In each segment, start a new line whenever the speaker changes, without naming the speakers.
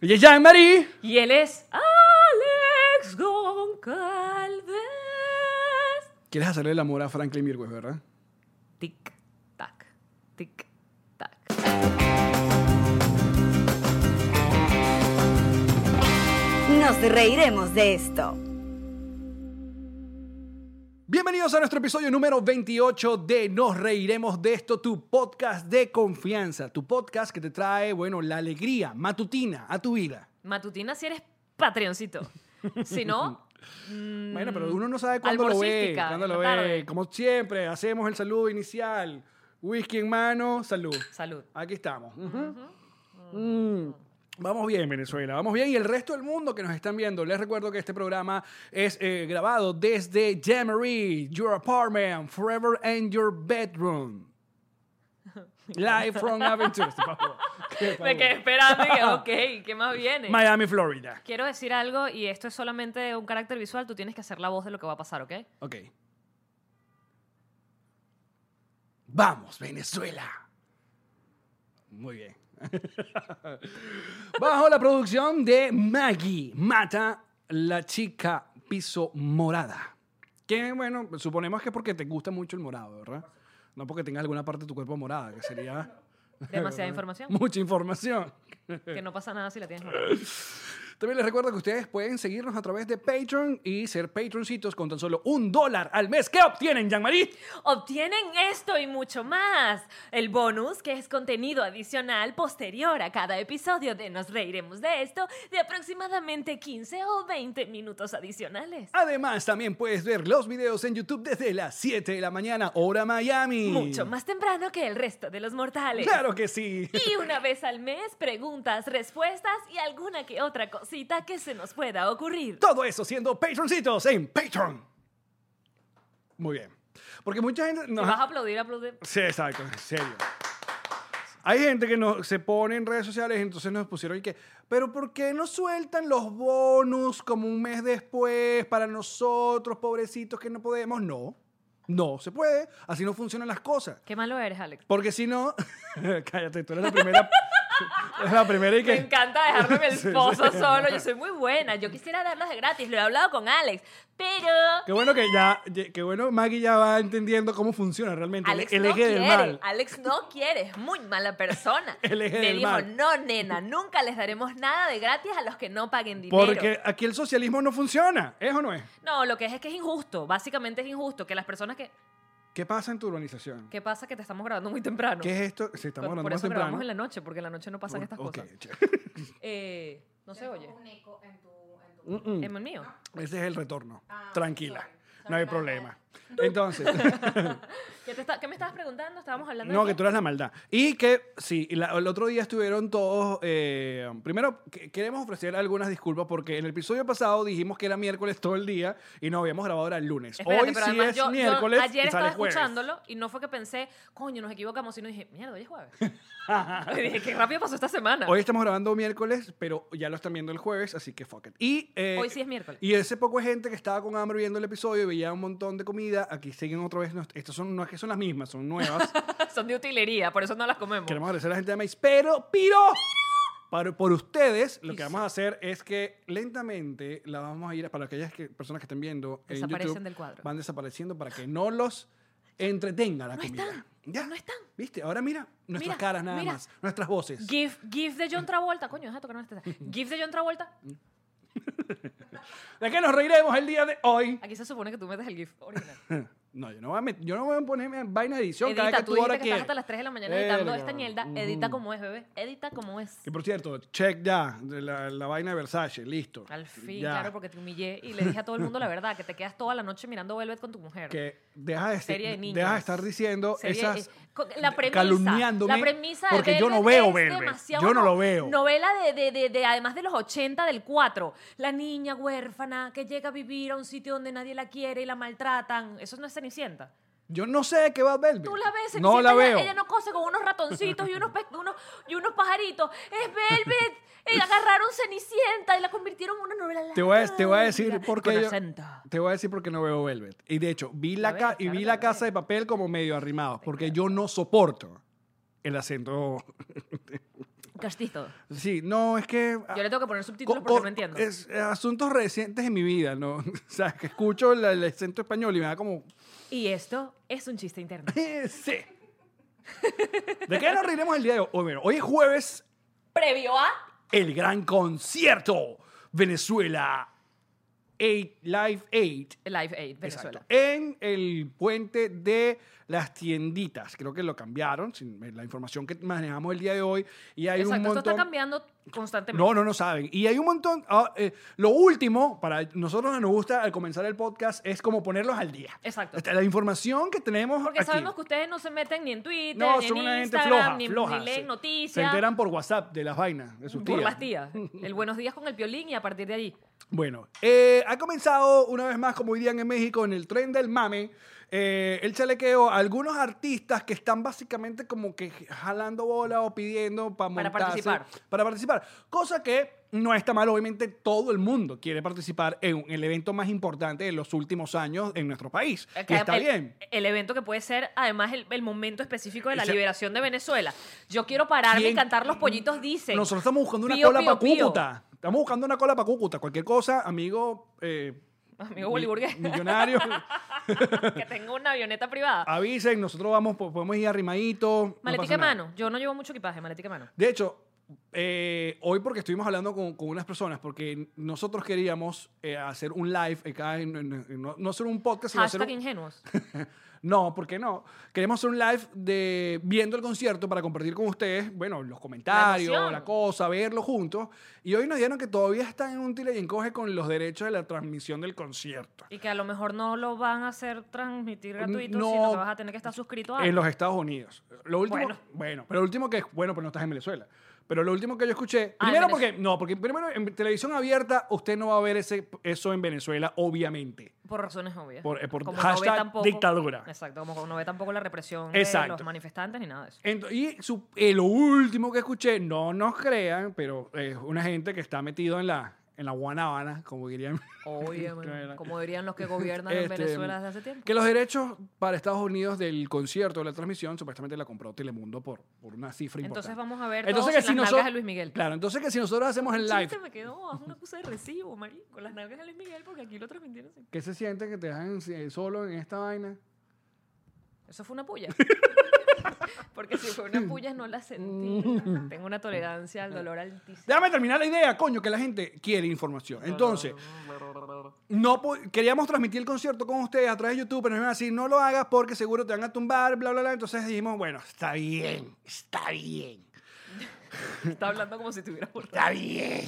Ella es Jean-Marie.
Y él es Alex Goncalves.
Quieres hacerle el amor a Franklin Mirwes, ¿verdad?
Tic, tac, tic, tac.
Nos reiremos de esto.
Bienvenidos a nuestro episodio número 28 de Nos Reiremos de Esto, tu podcast de confianza, tu podcast que te trae, bueno, la alegría matutina a tu vida.
Matutina si eres patreoncito. Si no,
Bueno, pero uno no sabe cuándo lo ve,
Almorcística,
cuándo
en
lo
la
ve.
tarde.
Como siempre, hacemos el saludo inicial. Whisky en mano, salud.
salud.
Aquí estamos. Ujú. Mm. Vamos bien, Venezuela, vamos bien. Y el resto del mundo que nos están viendo, les recuerdo que este programa es eh, grabado desde Jamboree, Your Apartment, Forever and Your Bedroom. Live from Adventures. por favor. Qué
Me
favor.
quedé esperando y que, ok, ¿qué más viene?
Miami, Florida.
Quiero decir algo y esto es solamente un carácter visual. Tú tienes que hacer la voz de lo que va a pasar, ¿ok?
Ok. Vamos, Venezuela. Muy bien. Bajo la producción de Maggie Mata, la chica piso morada. Que bueno, suponemos que es porque te gusta mucho el morado, ¿verdad? No porque tengas alguna parte de tu cuerpo morada, que sería
Demasiada información.
mucha información.
Que no pasa nada si la tienes. mal.
También les recuerdo que ustedes pueden seguirnos a través de Patreon y ser patroncitos con tan solo un dólar al mes. ¿Qué obtienen, Jean-Marie?
Obtienen esto y mucho más. El bonus, que es contenido adicional posterior a cada episodio de Nos Reiremos de esto, de aproximadamente 15 o 20 minutos adicionales.
Además, también puedes ver los videos en YouTube desde las 7 de la mañana, hora Miami.
Mucho más temprano que el resto de los mortales.
Claro que sí.
Y una vez al mes, preguntas, respuestas y alguna que otra cosita que se nos pueda ocurrir.
Todo eso siendo patroncitos en Patreon. Muy bien. Porque mucha gente...
Si
nos-
vas a aplaudir, aplaude.
Sí, exacto, en serio. Hay gente que no, se pone en redes sociales, entonces nos pusieron y que, pero ¿por qué no sueltan los bonus como un mes después para nosotros, pobrecitos, que no podemos? No, no se puede, así no funcionan las cosas.
Qué malo eres, Alex.
Porque si no, cállate, tú eres la primera. eres la primera y que.
Me encanta dejarlo en el
Sí, sí.
pozo solo. Yo soy muy buena. Yo quisiera darlas de gratis. Lo he hablado con Alex. Pero
Qué bueno que ya, ye- qué bueno Maggie ya va entendiendo cómo funciona realmente el-
Alex
el,
no
eje
quiere,
del mal.
Alex no quiere, es muy mala persona.
El eje
Me
del
dijo,
mal.
no, nena, nunca les daremos nada de gratis a los que no paguen dinero.
Porque aquí el socialismo no funciona, ¿es o no es?
No, lo que es es que es injusto, básicamente es injusto que las personas que...
¿Qué pasa en tu urbanización? ¿Qué,
¿Qué pasa que te estamos grabando muy temprano?
es esto? Si estamos
por,
hablando
por
más
eso grabamos
temprano.
en la noche, porque en la noche no pasan estas
Ok,
cosas.
chévere.
Eh, no se oye.
Mm, mm.
¿Es el mío?
Ese es el retorno. Tranquila, Ah, no hay problema. Entonces,
¿Qué, te está- qué me estabas preguntando? Estábamos hablando
no,
de
que tú eres la maldad. Y que, sí, y la- el otro día estuvieron todos. eh, primero, que- queremos ofrecer algunas disculpas porque en el episodio pasado dijimos que era miércoles todo el día y no habíamos grabado ahora el lunes.
Espérate,
Hoy
pero
sí
además
es
yo- yo
miércoles. y
ayer
sale
estaba
jueves.
escuchándolo y no fue que pensé, coño, nos equivocamos, sino dije, mierda, hoy es jueves. y dije, qué rápido pasó esta semana.
Hoy estamos grabando miércoles, pero ya lo están viendo el jueves, así que fuck it. Y, eh,
Hoy sí es miércoles.
Y ese poco de gente que estaba con hambre viendo el episodio y veía un montón de comida, aquí siguen otra vez. nos- Estas son, no es que son las mismas, son nuevas.
Son de utilería, por eso no las comemos.
Queremos agradecer a la gente de Maíz, pero, pero, para- por ustedes, lo
Y
que
sí.
vamos a hacer es que lentamente la vamos a ir, para aquellas que- personas que estén viendo en
Desaparecen
YouTube,
del cuadro.
van desapareciendo para que no los entretenga la
No
comida.
están,
Ya.
no están.
¿Viste? Ahora mira nuestras
Mira,
caras nada
mira.
más, nuestras voces.
Gif, gif de John Travolta, coño, deja de tocar una teta. Gif de John Travolta.
¿De qué nos reiremos el día de hoy?
Aquí se supone que tú metes el gif original.
No, yo no voy a, met- yo no voy a ponerme en vaina de edición
Edita,
cada vez que
tú
tú ahora
dijiste que
quieres.
estás hasta las 3 de la mañana editando
Verga. Mm.
esta mierda. Edita como es, bebé. Edita como es.
Que por cierto, check ya, de la, la vaina de Versace, listo.
Al fin,
Ya.
claro, porque te humillé y le dije a todo el mundo la verdad, que te quedas toda la noche mirando Velvet con tu mujer.
Que deja de,
Serie de niños.
deja de estar diciendo
Sería,
esas...
eh, co- la premisa,
calumniándome
la premisa de
porque yo no
Velvet
veo
es
Velvet,
demasiado
yo no
no-
lo veo.
Novela de, de, de, de, además de los 80 del 4. La niña huérfana que llega a vivir a un sitio donde nadie la quiere y la maltratan. Eso no es Cenicienta.
Yo no sé de qué va Velvet.
Tú la ves, Cenicienta,
No la
ella,
veo.
ella no cose con unos ratoncitos y unos, pe- unos, y unos pajaritos. Es Velvet. Y agarraron Cenicienta y la convirtieron en una novela
Te voy a, te voy a decir
larga,
por
con
qué yo-
acento.
te voy a decir por qué no veo Velvet. Y de hecho, vi la,
La
ca-
ves,
y
claro
vi
que
la
la
casa de papel como medio arrimado, porque yo no soporto el acento
podcastizo.
Sí, no, es que... ah,
Yo le tengo que poner subtítulos
Co-
porque
co-
no entiendo.
es- eh, asuntos recientes en mi vida, ¿no? O sea, que escucho el, el acento español y me da como...
Y esto es un chiste interno.
sí. ¿De qué nos reiremos el día de hoy? Bueno, hoy es jueves,
Previo a.
el gran concierto Venezuela Eight- Live 8.
Live Aid, Venezuela.
En el puente de las tienditas. Creo que lo cambiaron, sin- eh, la información que manejamos el día de hoy. Y hay un
Exacto, esto
montón...
está cambiando constantemente.
No, no, no saben. Y hay un montón. ah, eh, lo último, para nosotros nos gusta al comenzar el podcast, es como ponerlos al día.
Exacto.
Esta- La información que tenemos.
Porque
aquí.
sabemos que ustedes no se meten ni en Twitter,
No,
ni en
son una gente
Instagram,
floja,
ni,
floja.
ni leen
Se-
noticias.
Se enteran por WhatsApp de las vainas de sus
por
tías.
las tías. El buenos días con el violín y a partir de allí.
Bueno, eh, ha comenzado una vez más, como dirían en México, en el tren del mame, eh, el chalequeo a algunos artistas que están básicamente como que jalando bola o pidiendo para
Para
montarse.
participar.
Para participar. Cosa que no está mal, obviamente todo el mundo quiere participar en el evento más importante de los últimos años en nuestro país.
Eh,
Y
que
está
el,
bien.
El evento que puede ser, además, el, el momento específico de la
Esa-
liberación de Venezuela. Yo quiero pararme
¿Quién-
y cantar los pollitos dicen.
Nosotros estamos buscando una
Pío,
cola
pío,
para
pío.
Cúcuta. Estamos buscando una cola para Cúcuta. Cualquier cosa, amigo. eh,
Amigo Boliburgués.
mi- Millonario.
que tengo una avioneta privada.
avisen, nosotros vamos, po- podemos ir arrimadito. Ah, no
maletica
pasa
en
nada.
mano. Yo no llevo mucho equipaje, maletica en mano.
De hecho, eh, hoy porque estuvimos hablando con, con unas personas, porque nosotros queríamos eh, hacer un live, acá en- en- en- no, no hacer un podcast, sino hacer
Hashtag
un,
ingenuos.
No, ¿por qué no? Queremos hacer un live de viendo el concierto para compartir con ustedes, bueno, los comentarios,
emoción.
la, cosa, verlo juntos. Y hoy nos dieron que todavía están en un tira y encoge con los derechos de la transmisión del concierto.
Y que a lo mejor no lo van a hacer transmitir gratuito,
No.
sino que vas a tener que estar suscrito a
En
algo.
los Estados Unidos. Lo último, bueno.
Bueno.
pero lo último que bueno, pero no estás en Venezuela. Pero lo último que yo escuché,
Ah, en
primero porque
Venezuela.
no, porque primero en televisión abierta usted no va a ver ese eso en Venezuela, obviamente.
Por razones obvias.
Por- eh, por
como no
hashtag
ve tampoco,
dictadura.
Exacto, como no ve tampoco la represión
Exacto.
de los manifestantes ni nada de eso.
Ento- y su- eh, lo último que escuché, no nos crean, pero es una gente que está metido en la en la guanábana, como dirían.
Oye, bueno,
Claro.
como dirían los que gobiernan en
Este,
Venezuela desde hace tiempo.
Que los derechos para Estados Unidos del concierto, de la transmisión, supuestamente la compró Telemundo por, por una cifra importante.
Entonces vamos a ver
Entonces
todos
que
en
si
las nalgas
nosotros-
de Luis Miguel.
Claro, entonces que si nosotros hacemos el live,
Chiste me quedó, haz una cosa de recibo, marico, las nalgas de Luis Miguel, porque aquí lo transmitieron. así.
¿Qué se siente que te dejan eh, solo en esta vaina?
Eso fue una puya. porque si fue una puya no la sentí. Tengo una tolerancia al dolor altísimo.
Déjame terminar la idea, coño, que la gente quiere información. Entonces, no po- queríamos transmitir el concierto con ustedes a través de YouTube, pero nos iban a decir, no lo hagas porque seguro te van a tumbar, bla, bla, bla. Entonces dijimos, bueno, está bien, está bien,
Está hablando como si estuviera borracho.
está bien.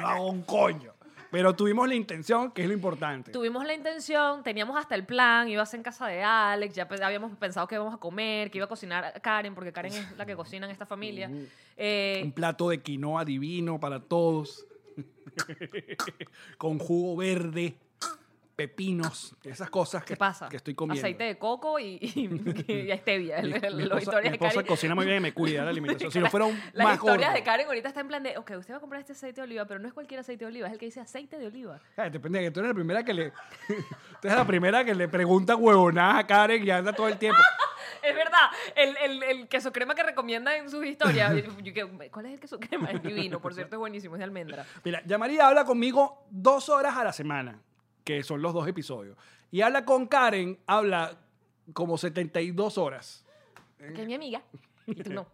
No hago un coño. Pero tuvimos la intención, que es lo importante.
Tuvimos la intención, teníamos hasta el plan, ibas en casa de Alex, ya pe- habíamos pensado que íbamos a comer, que iba a cocinar a Karen, porque Karen es la que cocina en esta familia.
Un
Eh,
plato de quinoa divino para todos. Con jugo verde, pepinos, esas cosas que,
¿Qué pasa?
que estoy comiendo.
Aceite de coco y, y, y stevia.
Mi,
La- la-
mi
la
esposa,
historia
mi
de
esposa
Karen-
cocina muy bien y me cuida la alimentación. Si no fuera un
Las
más
historias
gordo.
de Karen ahorita está en plan de, ok, usted va a comprar este aceite de oliva, pero no es cualquier aceite de oliva, es el que dice aceite de oliva.
Ay, Depende, que tú eres la primera que le... tú eres la primera que le pregunta huevonadas a Karen y anda todo el tiempo.
Es verdad, el, el, el queso crema que recomienda en sus historias. yo que, ¿Cuál es el queso crema? Es divino, por cierto, es buenísimo, es de almendra.
Mira, ya María habla conmigo dos horas a la semana, que son los dos episodios. Y habla con Karen, habla como 72 horas.
Que es mi amiga y tú no.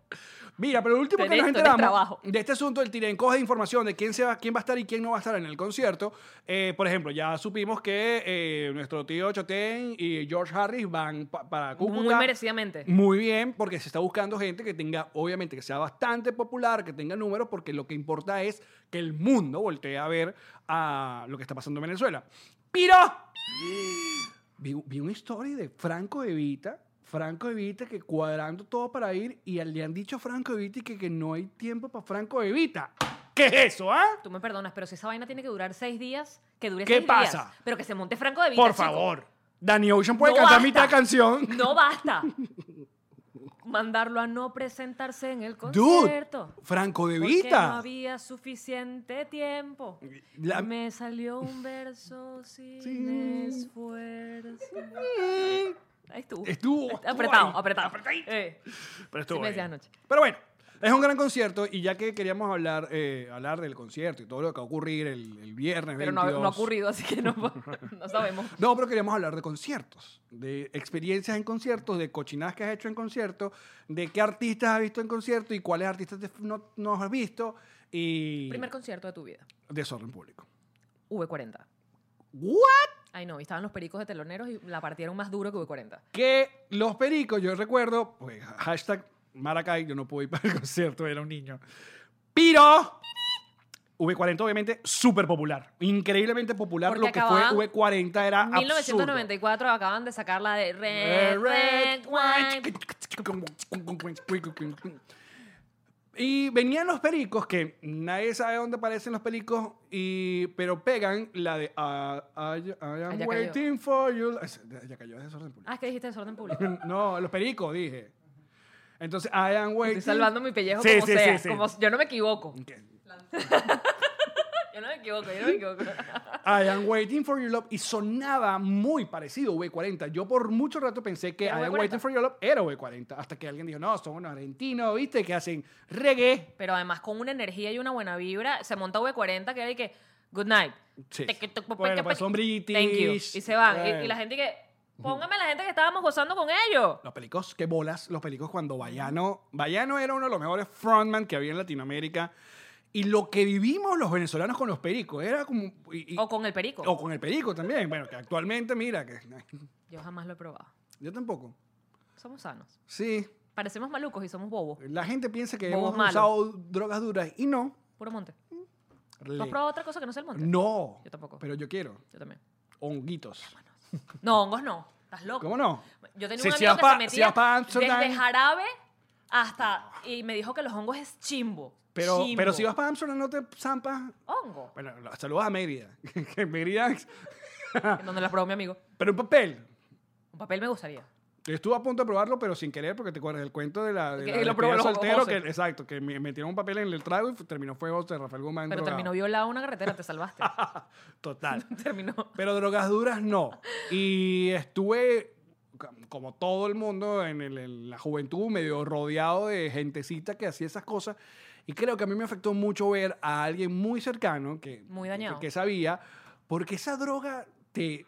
Mira, pero el último que
Tenés-
nos
tenés
enteramos
trabajo.
de este asunto del tirencoje de información de quién, se va, quién va a estar y quién no va a estar en el concierto, eh, por ejemplo, ya supimos que eh, nuestro tío Chotén y George Harris van pa- para Cúcuta.
Muy merecidamente.
Muy bien, porque se está buscando gente que tenga, obviamente, que sea bastante popular, que tenga números, porque lo que importa es que el mundo voltee a ver a lo que está pasando en Venezuela. ¡Piro! Vi, vi una historia de Franco Evita. Franco Evita que cuadrando todo para ir y le han dicho a Franco Evita y que, que no hay tiempo para Franco Evita. ¿Qué es eso, ah?
Tú me perdonas, pero si esa vaina tiene que durar seis días, que dure
¿Qué
seis
pasa?
días. Pero que se monte Franco de Vita.
Por
chico.
favor. Danny Ocean puede
No
cantar
basta.
mitad canción.
No basta. Mandarlo a no presentarse en el
Dude,
concierto.
Franco de
porque
Vita.
no había suficiente tiempo.
La-
Me salió un verso sin
Sí.
esfuerzo. Ahí
Estuvo,
estuvo. Est-
Mm, estuvo
Apretado,
ahí.
apretado.
Apretadito.
Eh,
Pero estuvo
Sí me
bien.
decías anoche.
Pero bueno, Es un gran concierto y ya que queríamos hablar, eh, hablar del concierto y todo lo que va a ocurrir el, el viernes
Pero no, ha-
22.
no ha ocurrido, así que no, no sabemos.
No, pero queríamos hablar de conciertos, de experiencias en conciertos, de cochinadas que has hecho en conciertos, de qué artistas has visto en concierto y cuáles artistas te- no, no has visto y
Primer concierto de tu vida.
desorden público.
V40.
¿What?
Ay, no, y estaban los pericos de teloneros y la partieron más duro que V40.
Que los pericos, yo recuerdo, pues hashtag Maracay, yo no pude ir para el concierto, era un niño. Pero V40 obviamente súper popular, increíblemente popular
Porque
lo que
acababan-
fue V40 era absurdo.
1994 acaban de sacar la de Red, Red, Wine.
Y venían los pericos, que nadie sabe dónde aparecen los pericos, y, pero pegan la de "Ah, I, I am
cayó.
waiting for you. Es- Ya cayó, es desorden público.
Ah, es que dijiste desorden público.
No, los pericos, dije. Entonces, I am waiting.
Estoy salvando mi pellejo
Sí,
como
sí,
sea.
sí, sí.
como- yo no me equivoco.
Ok.
Yo no me equivoco, yo no me equivoco.
I am waiting for your love. Y sonaba muy parecido V40. Yo por mucho rato pensé que I
Era
am
V40.
waiting for your love era V40. Hasta que alguien dijo, no, son unos argentinos, ¿viste? Que hacen reggae.
Pero además con una energía y una buena vibra, se monta V40 que era de que, good night.
Sí.
Te- que- te-
Bueno, pues son british.
Thank you. Y se van. Y- Y,
Bueno.
la gente que, póngame a la gente que estábamos gozando con ellos.
Los pelicos, qué bolas. Los pelicos cuando Bayano. Bayano era uno de los mejores frontman que había en Latinoamérica. Y lo que vivimos los venezolanos con los pericos era como. y- y-
O con el perico.
o con el perico también. Bueno, que actualmente, mira, que.
Yo jamás lo he probado.
Yo tampoco.
Somos sanos.
Sí.
Parecemos malucos y somos bobos.
La gente piensa que
Bobos
hemos
malos.
usado drogas duras y no.
Puro monte. ¿Tú has
Le-
probado otra cosa que no sea el monte?
No.
Yo tampoco.
Pero yo quiero.
Yo también.
Honguitos.
No, hongos no. Estás loco.
¿Cómo no?
Yo tenía
Si-
un
si
amigo
vas
que
pa-
se
si vas
metía
pa Amsterdam-
desde jarabe hasta... Y me dijo que los hongos es chimbo.
Pero,
Chimbo.
pero si vas para Amsterdam, no te zampas.
Hongo.
Bueno, lo- saludos a Mérida. Que Mérida. Ah.
En donde la probó mi amigo.
Pero un papel.
Un papel me gustaría.
Yo estuve a punto de probarlo, pero sin querer, porque te acuerdas el cuento de la, de
Que
la
lo
despedida
probó los
soltero,
José.
que, exacto, que me- metieron un papel en el trago y fu- terminó fue José Rafael Guzmán.
Pero
drogado.
terminó violado en una carretera, te salvaste.
Total.
terminó.
Pero drogas duras no. Y estuve, com- como todo el mundo en, el- en la juventud, medio rodeado de gentecita que hacía esas cosas. Y creo que a mí me afectó mucho ver a alguien muy cercano que,
Muy dañado.
que, que sabía, porque esa droga te,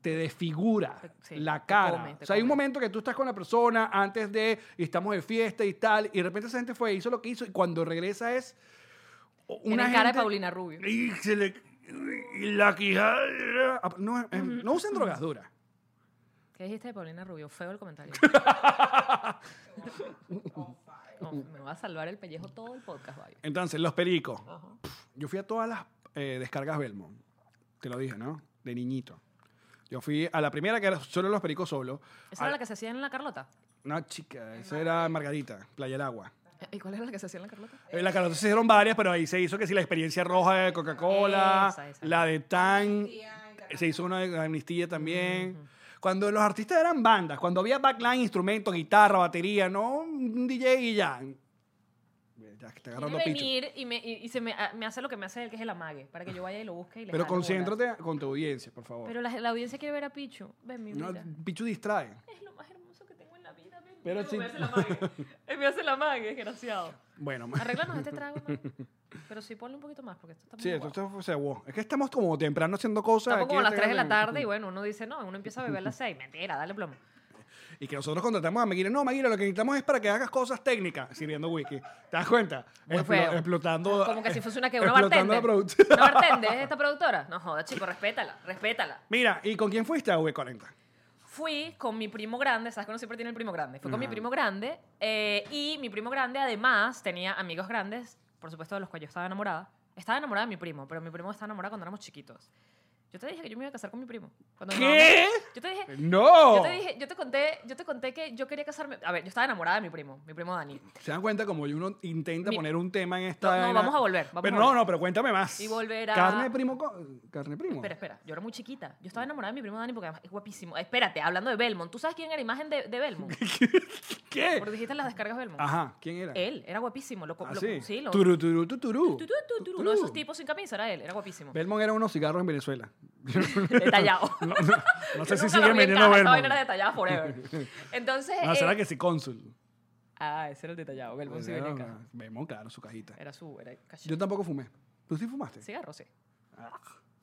te desfigura
Te- sí,
la
te
cara.
come, te
o sea, hay un
come.
momento que tú estás con la persona antes de, y estamos de fiesta y tal, y de repente esa gente fue, hizo lo que hizo, y cuando regresa es
Tiene
una
cara de
gente-
Paulina Rubio.
y se le. y la quijada. No, eh, no usen drogas duras.
¿Qué dijiste de Paulina Rubio? Feo el comentario. No, me va a salvar el pellejo todo el podcast, vaya.
Entonces, los pericos. Pff, Yo fui a todas las eh, descargas Belmont. Te lo dije, ¿no? De niñito. Yo fui a la primera que era solo los pericos solo.
¿Esa era la que se hacía en la Carlota?
No, chica, esa era Margarita, Playa del Agua.
¿Y cuál era la que se hacía en la Carlota?
En la Carlota se hicieron varias, pero ahí se hizo que sí, la experiencia roja de
Esa,
Coca-Cola,
esa.
la de Tan, se hizo una de Amnistía también. Cuando los artistas eran bandas, cuando había backline, instrumentos, guitarra, batería, no un DJ y ya. Mira, Ya que está
Quiere
agarrando picho.
venir y, me, y- y se me, a- me hace lo que me hace él, que es el amague, para que yo vaya y lo busque y le
Pero
jale bola.
concéntrate con tu audiencia, por favor.
Pero la, la audiencia quiere ver a Pichu. Ven, mi
No,
vida.
Pichu distrae.
Es lo más hermoso que tengo en la vida. Ven,
Pero
míralo,
sí.
me hace la mague. Él me hace la mague, desgraciado.
Bueno,
Arréglanos este trago, man. Pero sí ponle un poquito más, porque esto está muy
sí,
guau.
esto se- se aguó. Es que estamos como temprano haciendo cosas.
Estamos
aquí,
como a las
este,
3 de la tarde y bueno, uno dice, no, uno empieza a beber a las 6. Mentira, dale plomo.
Y que nosotros contratamos a Maguire. No, Maguire, lo que necesitamos es para que hagas cosas técnicas sirviendo whisky. ¿Te das cuenta?
Muy
Explo-
feo.
Explotando.
Como que si fuese una que una
explotando
bartender.
la producción.
¿Una bartender es esta productora? No joda, chico, respétala, respétala.
Mira, ¿y con quién fuiste a V40?
Fui con mi primo grande, ¿sabes que uno siempre tiene el primo grande? Fui con mi
Ajá.
primo grande eh, y mi primo grande además tenía amigos grandes, por supuesto de los cuales yo estaba enamorada. Estaba enamorada de mi primo, pero mi primo estaba enamorado cuando éramos chiquitos. Yo te dije que yo me iba a casar con mi primo. Cuando nos
¿Qué?
mudamos- Yo te dije,
¡No!
yo te dije, yo te conté, yo te conté que yo quería casarme. A ver, yo estaba enamorada de mi primo, mi primo Dani.
¿Se dan cuenta como uno intenta
Mi-
poner un tema en
No,
esta...
no,
vaina?
vamos a volver, vamos
pero
a
no,
volver.
no, pero cuéntame más.
Y volver a-
Carne primo... co- Carne primo.
Espera, espera, yo era muy chiquita. Yo estaba enamorada de mi primo Dani porque además es guapísimo. Espérate, hablando de Belmont, ¿tú sabes quién era la imagen de, de Belmont?
¿Qué?
Porque dijiste las descargas Belmont.
Ajá, ¿quién era?
Él, era guapísimo. Eh, Lo, co-
Ah,
lo-
sí.
sí, lo-
Turu, turu, tu, turú.
Tu, tu, tu, tu, Uno de esos tipos sin camisa era él, era guapísimo.
Belmont era unos cigarros en Venezuela.
Detallado.
No, no, no sé
Yo
si
nunca lo
siguen
vi en
vendiendo
caja, Esta vaina era
Belmont.
detallada forever. Entonces,
No,
eh,
será que sí, cónsul.
Ah, ese era el detallado. Belmont sí venía acá.
Vemos, claro, su cajita.
Era su, era caché.
Ah. Yo tampoco fumé. ¿Tú sí fumaste?
Cigarro, sí.
Ah,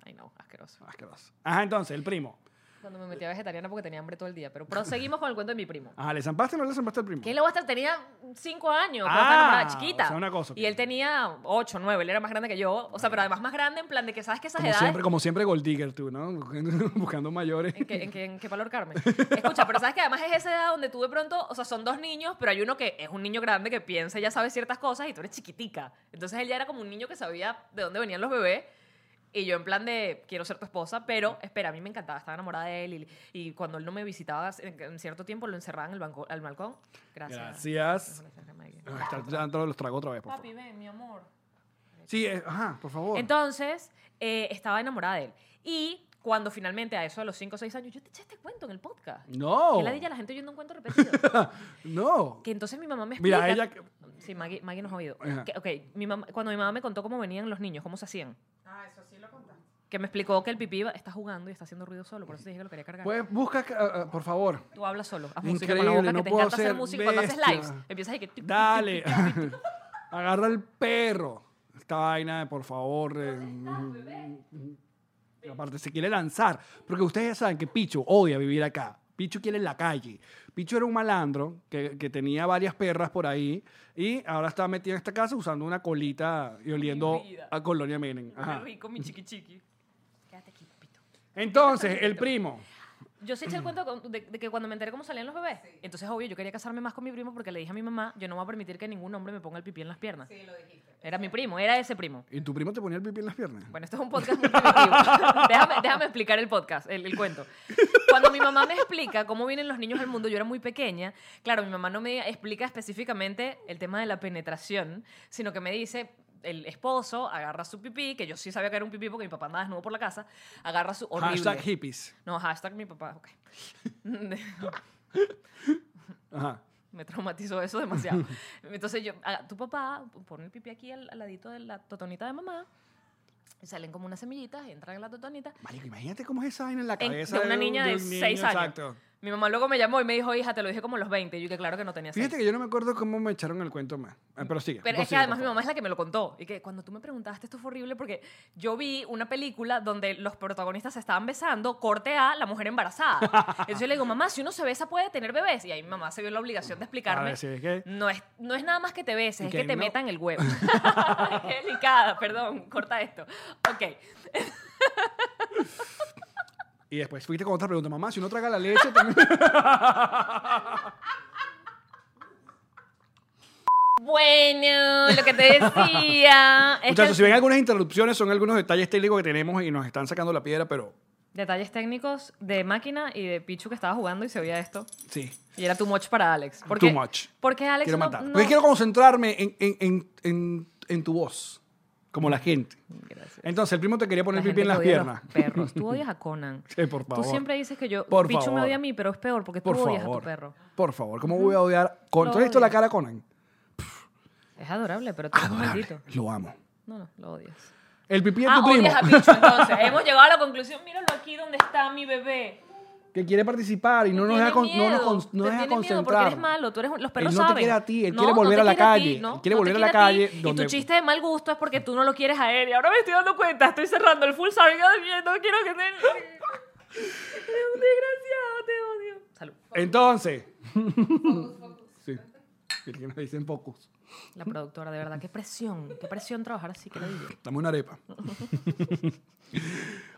Ay, no, asqueroso.
asqueroso. Ajá, entonces, el primo.
Cuando me metí a vegetariana porque tenía hambre todo el día. Pero proseguimos con el cuento de mi primo.
Ajá, ¿le zampaste o no le zampaste al primo?
¿Quién lo va a estar? Tenía cinco años,
Ah,
pero estaba enamorada,
o
chiquita.
sea, una cosa,
Y él
pues.
tenía ocho, nueve, él era más grande que yo. O sea, pero además más grande, en plan de que sabes que esas
como
edades.
siempre, como siempre Gold Digger tú, ¿no? Buscando mayores.
¿En qué, en, qué, ¿En qué valor, Carmen? Escucha, pero sabes que además es esa edad donde tú de pronto, o sea, son dos niños, pero hay uno que es un niño grande que piensa y ya sabe ciertas cosas y tú eres chiquitica. Entonces él ya era como un niño que sabía de dónde venían los bebés. Y yo en plan de, quiero ser tu esposa, pero espera, a mí me encantaba, estaba enamorada de él y, y cuando él no me visitaba en, en cierto tiempo lo encerraba en el, banco, al balcón. Gracias.
Gracias. Ah, Está dando los tragos otra vez, por favor.
Papi, ven, mi amor.
Sí, eh, ajá, por favor.
Entonces, eh, estaba enamorada de él. Y cuando finalmente, a eso de los 5 o 6 años, yo te eché este cuento en el podcast.
no.
Que la dilla la gente oyendo un cuento repetido.
No.
que entonces mi mamá me explica.
Mira, ella que-
Sí, Maggie, Maggie nos ha oído.
Ajá.
Que, ok, mi mamá, cuando mi mamá me contó cómo venían los niños, cómo se hacían. Ah, eso sí lo contaste. Que me explicó que el pipí va- está jugando y está haciendo ruido solo, por eso te dije que lo quería cargar.
Pues busca, ah, ah, por favor.
Tú hablas solo, haz música con la
Increíble,
boca,
no
que te
puedo
encanta hacer
ser
música. Cuando haces
bestia.
lives, empiezas a que...
Dale. Agarra el perro. Esta vaina, por favor. eh, y aparte, se quiere lanzar. Porque ustedes ya saben que Pichu odia vivir acá. Pichu quiere la calle. Pichu era un malandro que, que tenía varias perras por ahí y ahora está metido en esta casa usando una colita y oliendo
Híbrida.
a Colonia Menem.
Qué
Ajá.
rico, mi chiqui chiqui. Quédate aquí, papito.
Entonces, el primo.
Yo sí eché
Mm.
el cuento con- de, de que cuando me enteré cómo salían los bebés. Entonces, obvio, yo quería casarme más con mi primo porque le dije a mi mamá, yo no voy a permitir que ningún hombre me ponga el pipí en las piernas. Sí, lo dijiste. Era mi primo, era ese primo.
¿Y tu primo te ponía el pipí en las piernas?
Bueno, esto es un podcast muy primitivo. déjame, déjame explicar el podcast, el, el cuento. Cuando mi mamá me explica cómo vienen los niños al mundo, yo era muy pequeña. Claro, mi mamá no me explica específicamente el tema de la penetración, sino que me dice el esposo agarra su pipí, que yo sí sabía que era un pipí porque mi papá andaba desnudo por la casa, agarra su horrible.
Hashtag hippies.
No, hashtag mi papá, ok.
Ajá.
Me traumatizó eso demasiado. Entonces yo, ah, tu papá pone el pipí aquí al, al ladito de la totonita de mamá, y salen como unas semillitas, entran en la totonita.
Marico, imagínate cómo es esa vaina en la
en-
cabeza
de una
un-
niña de,
un niño,
6 años.
Exacto.
Mi mamá luego me llamó y me dijo, hija, te lo dije como a los 20. Y yo que claro que no tenía
Fíjate
seis.
que yo no me acuerdo cómo me echaron el cuento más. Ah, Pero sigue.
Pero es que
prosigue,
además
por
mi
favor.
mamá es la que me lo contó. Y que cuando tú me preguntaste, esto fue horrible porque yo vi una película donde los protagonistas se estaban besando, corte a la mujer embarazada. Entonces yo le digo, mamá, si uno se besa puede tener bebés. Y ahí mi mamá se vio la obligación de explicarme.
A ver, sí, es que-
no, es, no es nada más que te beses,
Y
es
que
que te
no-
metan el huevo. Qué delicada, perdón, corta esto. Ok.
Y después fuiste con otra pregunta. Mamá, si uno traga la leche, también...
Bueno, lo que te decía. es que
Muchachos, si ven algunas interrupciones, son algunos detalles técnicos que tenemos y nos están sacando la piedra, pero
Detalles técnicos de máquina y de Pichu que estaba jugando y se oía esto.
sí.
Y era too much para Alex. Porque,
Too much.
Porque Alex
quiero
no-
matar.
no-
Porque quiero concentrarme en, en- en- en- en tu voz, como la gente.
Gracias.
Entonces, el primo te quería poner
La
el pipí
gente
en las
que odia a los
piernas.
perros. Tú odias a Conan.
Sí, por favor.
Tú siempre dices que yo.
Por
Pichu
favor.
me odia a mí, pero es peor porque tú
Por
odias a
favor.
tu perro.
Por favor, ¿cómo voy a odiar? Con...
Lo
¿Tú has visto la
odio.
cara a Conan?
Es adorable, pero tú eres un
Adorable.
maldito.
Lo amo.
No, no, lo odias.
El pipí de
ah,
tu primo.
odias a Pichu, entonces. Hemos llegado a la conclusión. Míralo aquí donde está mi bebé.
que quiere participar y no nos
Te tiene
deja, con- no nos
miedo,
con- no
te
deja
tiene miedo
concentrar.
porque eres malo, tú eres un- los perros
Él no te
saben.
quiere a ti, él
No,
quiere volver
te
a la
quiere ti,
calle,
no,
él quiere
no te
volver a la
quiere ti,
calle
Y
donde-
tu chiste de mal gusto es porque tú no lo quieres a él. Y ahora me estoy dando cuenta, estoy cerrando el full sabe, Dios mío, no quiero que te... Eres un desgraciado, te odio. Salud.
Entonces. sí. Virginia dicen pocos.
La productora, de verdad, qué presión, qué presión trabajar así, que la digo.
Dame una arepa.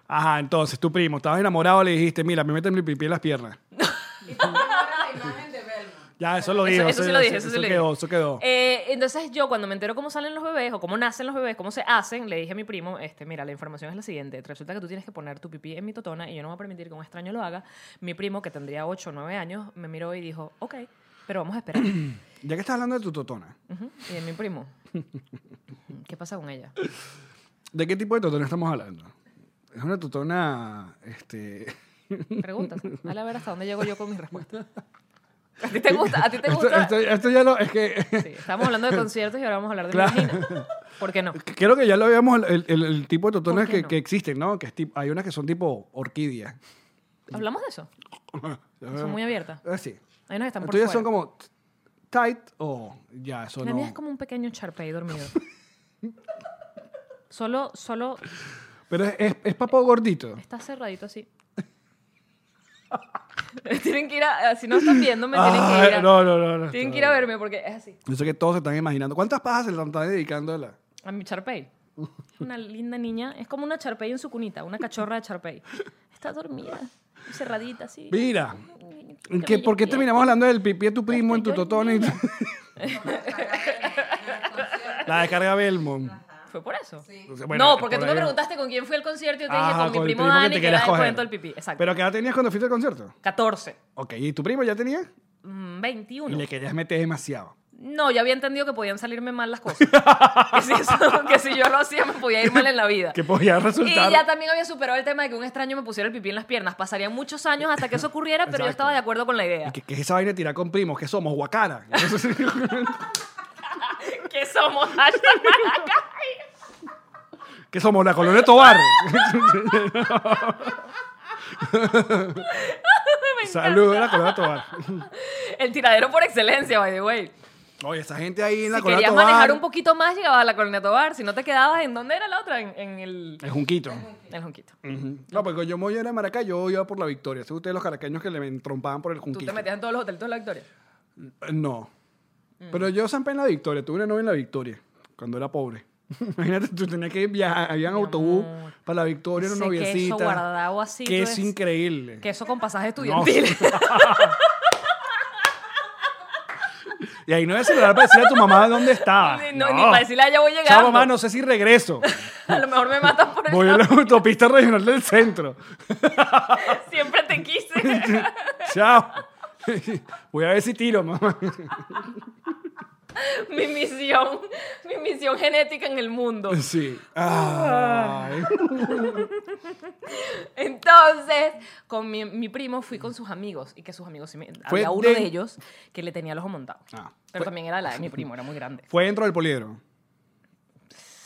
Ajá, entonces tu primo, estabas enamorado, le dijiste, mira, me meten mi pipí en las piernas. ya, eso lo dijo.
Eso, eso sí lo dije, eso, sí lo dije.
quedó, Eso quedó.
Eh, entonces yo cuando me entero cómo salen los bebés o cómo nacen los bebés, cómo se hacen, le dije a mi primo, este, mira, la información es la siguiente. Resulta que tú tienes que poner tu pipí en mi totona y yo no voy a permitir que un extraño lo haga. Mi primo, que tendría 8 o 9 años, me miró y dijo, ok, pero vamos a esperar.
Ya que estás hablando de tu totona,
Ujú. Y de mi primo, ¿qué pasa con ella?
¿de qué tipo de totona estamos hablando? Es una totona, este...
Preguntas. Dale a ver hasta dónde llego yo con mis respuestas. ¿A ti te gusta? ¿A ti te
Esto,
gusta?
esto- esto ya lo... Es que...
Sí, estábamos hablando de conciertos y ahora vamos a hablar de
Claro.
vagina. ¿Por qué no?
Creo que ya lo habíamos, el, el- el tipo de totonas
¿Por qué
que,
no?
que existen, ¿no? Que es tip- hay unas que son tipo orquídea.
¿Hablamos de eso? Son muy abiertas.
Ah, sí.
Ahí nos están por
Entonces
fuera.
son como tight o ya, eso
La
no.
mía es como un pequeño Sharpay dormido. solo, solo
Pero es, es, es papo gordito.
está cerradito así. tienen que ir a, ah, si no están viendo, me tienen que ir
Ay,
a,
Ah, no, no, no, no,
tienen
no,
que ir a
no.
verme porque es así.
Yo sé que todos se están imaginando. ¿Cuántas pajas se le están dedicando a la.?
A mi Charpey. Una linda niña. Es como una Charpey en su cunita, una cachorra de Charpey. Está dormida, cerradita así.
Mira, ¿qué- ¿por qué terminamos hablando del pipí de tu primo en tu totón? y- la descarga Belmont.
¿Fue por eso?
Bueno,
no, porque
por
tú
ahí
me
va.
preguntaste con quién fue el concierto y yo te
Ajá,
dije con,
el
mi primo,
que
Dani
te
que,
querías
era el
coger.
cuento del pipí. Exacto.
¿Pero qué edad tenías cuando fuiste al concierto?
14,
Ok, ¿y tu primo ya tenía?
mm,
Y
21.
le querías meter demasiado.
No, ya había entendido que podían salirme mal las cosas. que, si eso- que si yo lo hacía me podía ir mal en la vida.
Que podía
Y
resultar.
ya también había superado el tema de que un extraño me pusiera el pipí en las piernas. Pasarían muchos años hasta que eso ocurriera, pero yo
Exacto.
estaba de acuerdo con la idea.
¿Y ¿Qué, qué es esa vaina de tirar con primos? ¿Qué somos? ¿Guacara?
Que somos hasta
¿Qué somos? ¿La colonia Tobar? Saludos a la colonia Tobar.
el tiradero por excelencia, by the way.
Oye, esa gente ahí en la
Si
colonia
querías
Tobar.
manejar un poquito más, llegabas a la colonia Tobar. Si no te quedabas, ¿en dónde era la otra? En, en el,
Es Junquito.
en el Junquito.
Ujú. No, porque yo me era Maracayo, yo iba por la victoria. ¿Son ustedes los caraqueños que le entrompaban por el
Tú
Junquito?
te metías Mm. en todos los hoteles de la Victoria.
Eh, No. Pero yo zampé en la Victoria. Tuve una novia en la Victoria. Cuando era pobre. Imagínate, tú tenías que viajar. Había un autobús
amor.
para la Victoria, una
Ese
noviecita.
queso guardado así,
Que
tú
es
es-
increíble.
Que eso con pasajes
No.
estudiantiles.
y ahí no había celular para decirle a tu mamá dónde estaba.
ni, no, ni para decirle, "Ah, ya voy llegando.
Chao, mamá, no sé si regreso.
A lo mejor me matan por
Voy a la autopista regional del centro.
Siempre te quise.
Chao. Voy a ver si tiro, mamá.
mi misión, mi misión genética en el mundo.
Sí. Ay.
Entonces, con mi, mi primo fui con sus amigos y que sus amigos, sí me-
Fue
había uno de...
de-
ellos que le tenía el ojo montado.
Ah,
Pero también era la de mi primo, era muy grande.
¿Fue dentro del poliedro?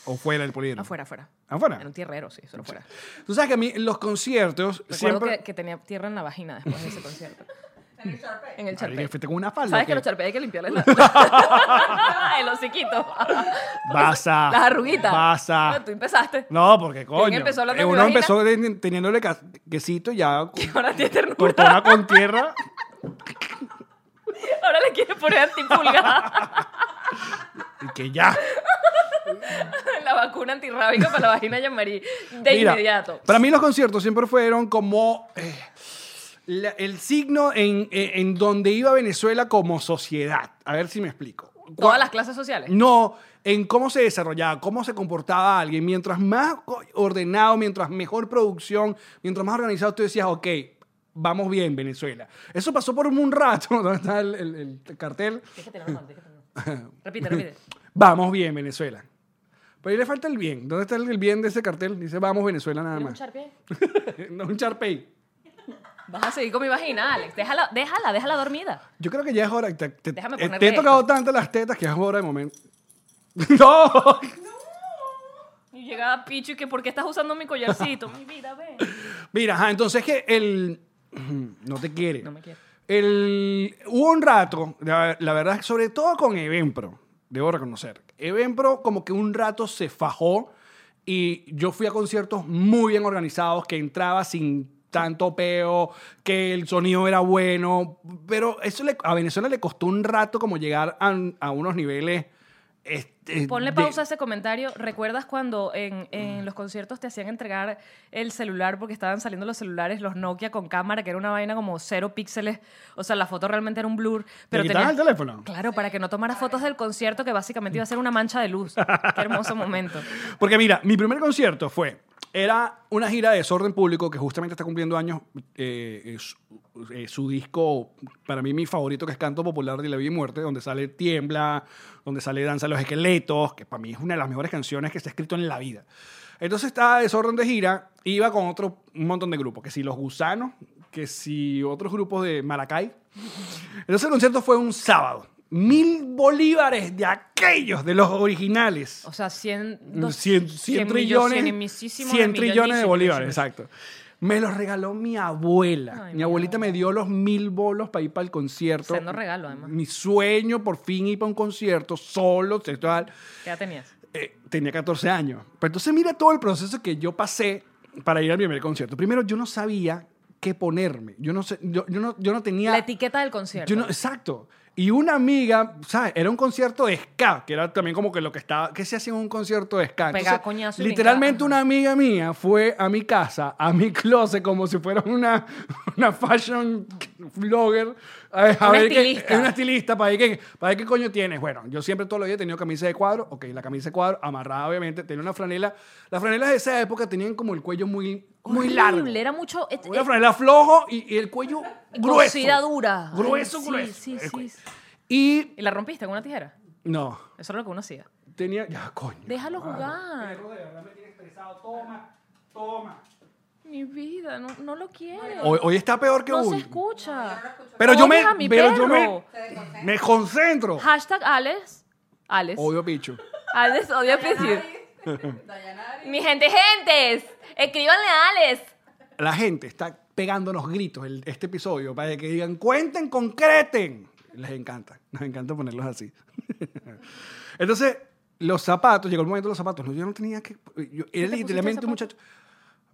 ¿O fuera del poliedro?
Afuera, afuera.
¿Afuera?
Era un tierrero, sí, solo fuera.
Tú sabes que a mí los conciertos
Recuerdo
siempre...
que, que tenía tierra en la vagina después de ese concierto. en el
Marica,
charpe.
fuiste con una falda.
¿Sabes
o
que
qué?
los charpe hay que limpiarles la... el hociquito?
Basa.
Las arruguitas.
Basa.
Tú empezaste.
No, porque coño.
empezó hablando
Eh,
de mi
Uno
vagina.
empezó de- teniéndole ca- quesito y ya
Y ahora tiene ternura.
cortona con tierra.
Ahora le quieres poner antipulga.
Y que ya.
la vacuna antirrábica para la vagina de Jean-Marie. De
Mira,
inmediato.
Para mí los conciertos siempre fueron como eh, la- el signo en, en- en donde iba Venezuela como sociedad. A ver si me explico.
Todas
Cua-
las clases sociales.
No, en cómo se desarrollaba, cómo se comportaba alguien. Mientras más co- ordenado, mientras mejor producción, mientras más organizado, tú decías, ok, vamos bien, Venezuela. Eso pasó por un rato, donde está el, el- el cartel,
Déjate, no, no, déjate, no. Repite, repite.
vamos bien, Venezuela. Pero ahí le falta el bien. ¿Dónde está el el bien de ese cartel? Dice, vamos, Venezuela, nada
¿Tienes un
más.
charpe ahí?
no, un charpey.
Vas a seguir con mi vagina, Alex. Déjala, déjala, déjala dormida.
Yo creo que ya es hora. Te, te-
Déjame
te- te
ponerle
he tocado tanto las tetas que es hora de momento. ¡No!
Y llegaba Pichu y que, ¿por qué estás usando mi collarcito? mi vida, ven.
Mira, ajá, entonces que el. No te quiere.
No me quiere.
El, hubo un rato, la, la verdad, sobre todo con Evenpro, debo reconocer. Evenpro, como que un rato se fajó y yo fui a conciertos muy bien organizados, que entraba sin tanto peo, que el sonido era bueno, pero eso le- a Venezuela le costó un rato como llegar a, a unos niveles. este,
Ponle
de- Mm.
pausa a ese comentario. ¿Recuerdas cuando en, en los conciertos te hacían entregar el celular porque estaban saliendo los celulares, los Nokia con cámara, que era una vaina como cero píxeles? O sea, la foto realmente era un blur. Pero
¿Te quitaban
tenías-
el teléfono?
Claro, para que no tomara fotos del concierto que básicamente iba a ser una mancha de luz. Qué hermoso momento.
Porque mira, mi primer concierto fue, era una gira de Desorden Público que justamente está cumpliendo años, eh, eh, su, eh, su disco, para mí mi favorito, que es Canto Popular de la Vida y Muerte, donde sale Tiembla, donde sale Danza de los Esqueletos, que para mí es una de las mejores canciones que se ha escrito en la vida. Entonces estaba Desorden de gira, iba con otro un montón de grupos, que si Los Gusanos, que si otros grupos de Maracay. Entonces el concierto fue un sábado. Mil bolívares de aquellos, de los originales.
O sea, 100,
Mm, 100, 100 trillones, 100 trillones de bolívares, exacto. Me los regaló mi abuela.
Ay,
mi
mi
abuelita me dio los mil bolos para ir para el concierto.
Sendo regalo, además.
Mi sueño por fin ir para un concierto solo, sexual.
¿Qué edad tenías?
Eh, tenía 14 años. Pero entonces mira todo el proceso que yo pasé para ir al primer concierto. Primero, yo no sabía qué ponerme. Yo no, sé, yo, yo no, yo no tenía...
La etiqueta del concierto.
Yo no- exacto. Y una amiga, ¿sabes? Era un concierto de ska, que era también como que lo que estaba. ¿Qué se hacía en un concierto de ska?
Pegar
Entonces,
coñazo y
literalmente
brincar,
una amiga mía fue a mi casa, a mi closet, como si fuera una, una fashion blogger. A, a
Una
ver qué-
estilista.
una estilista, para ver, qué, para ver qué coño tienes. Bueno, yo siempre todos los días he tenido camisa de cuadro. Ok, la camisa de cuadro, amarrada, obviamente. Tenía una franela. Las franelas de esa época tenían como el cuello muy, muy
Horrible,
largo.
Era mucho. et-
Una
et-
franela flojo y, y el cuello grueso.
Cosida dura.
Grueso,
Ay, sí,
grueso.
sí,
el
sí,
cuello.
sí.
Y
¿Y la rompiste con una tijera?
no,
Eso es lo que uno hacía.
tenía. Ya, coño.
Déjalo jugar.
Toma, toma.
Mi vida, no, no lo quiere.
Hoy, hoy está peor que
no se
uno.
escucha.
Pero yo me.
Oyes a mi
Pero yo me.
perro.
Me concentro.
Hashtag Alex. Alex.
Obvio, picho.
Alex, odio pedir. pues, Mi gente, gentes. Escríbanle a Alex.
La gente está pegándonos gritos el- este episodio para que digan, cuenten, concreten. Les encanta. Nos encanta ponerlos así. Entonces, los zapatos, llegó el momento de los zapatos. No, yo no tenía que. yo- era
pusiste
literalmente un muchacho.
zapatos?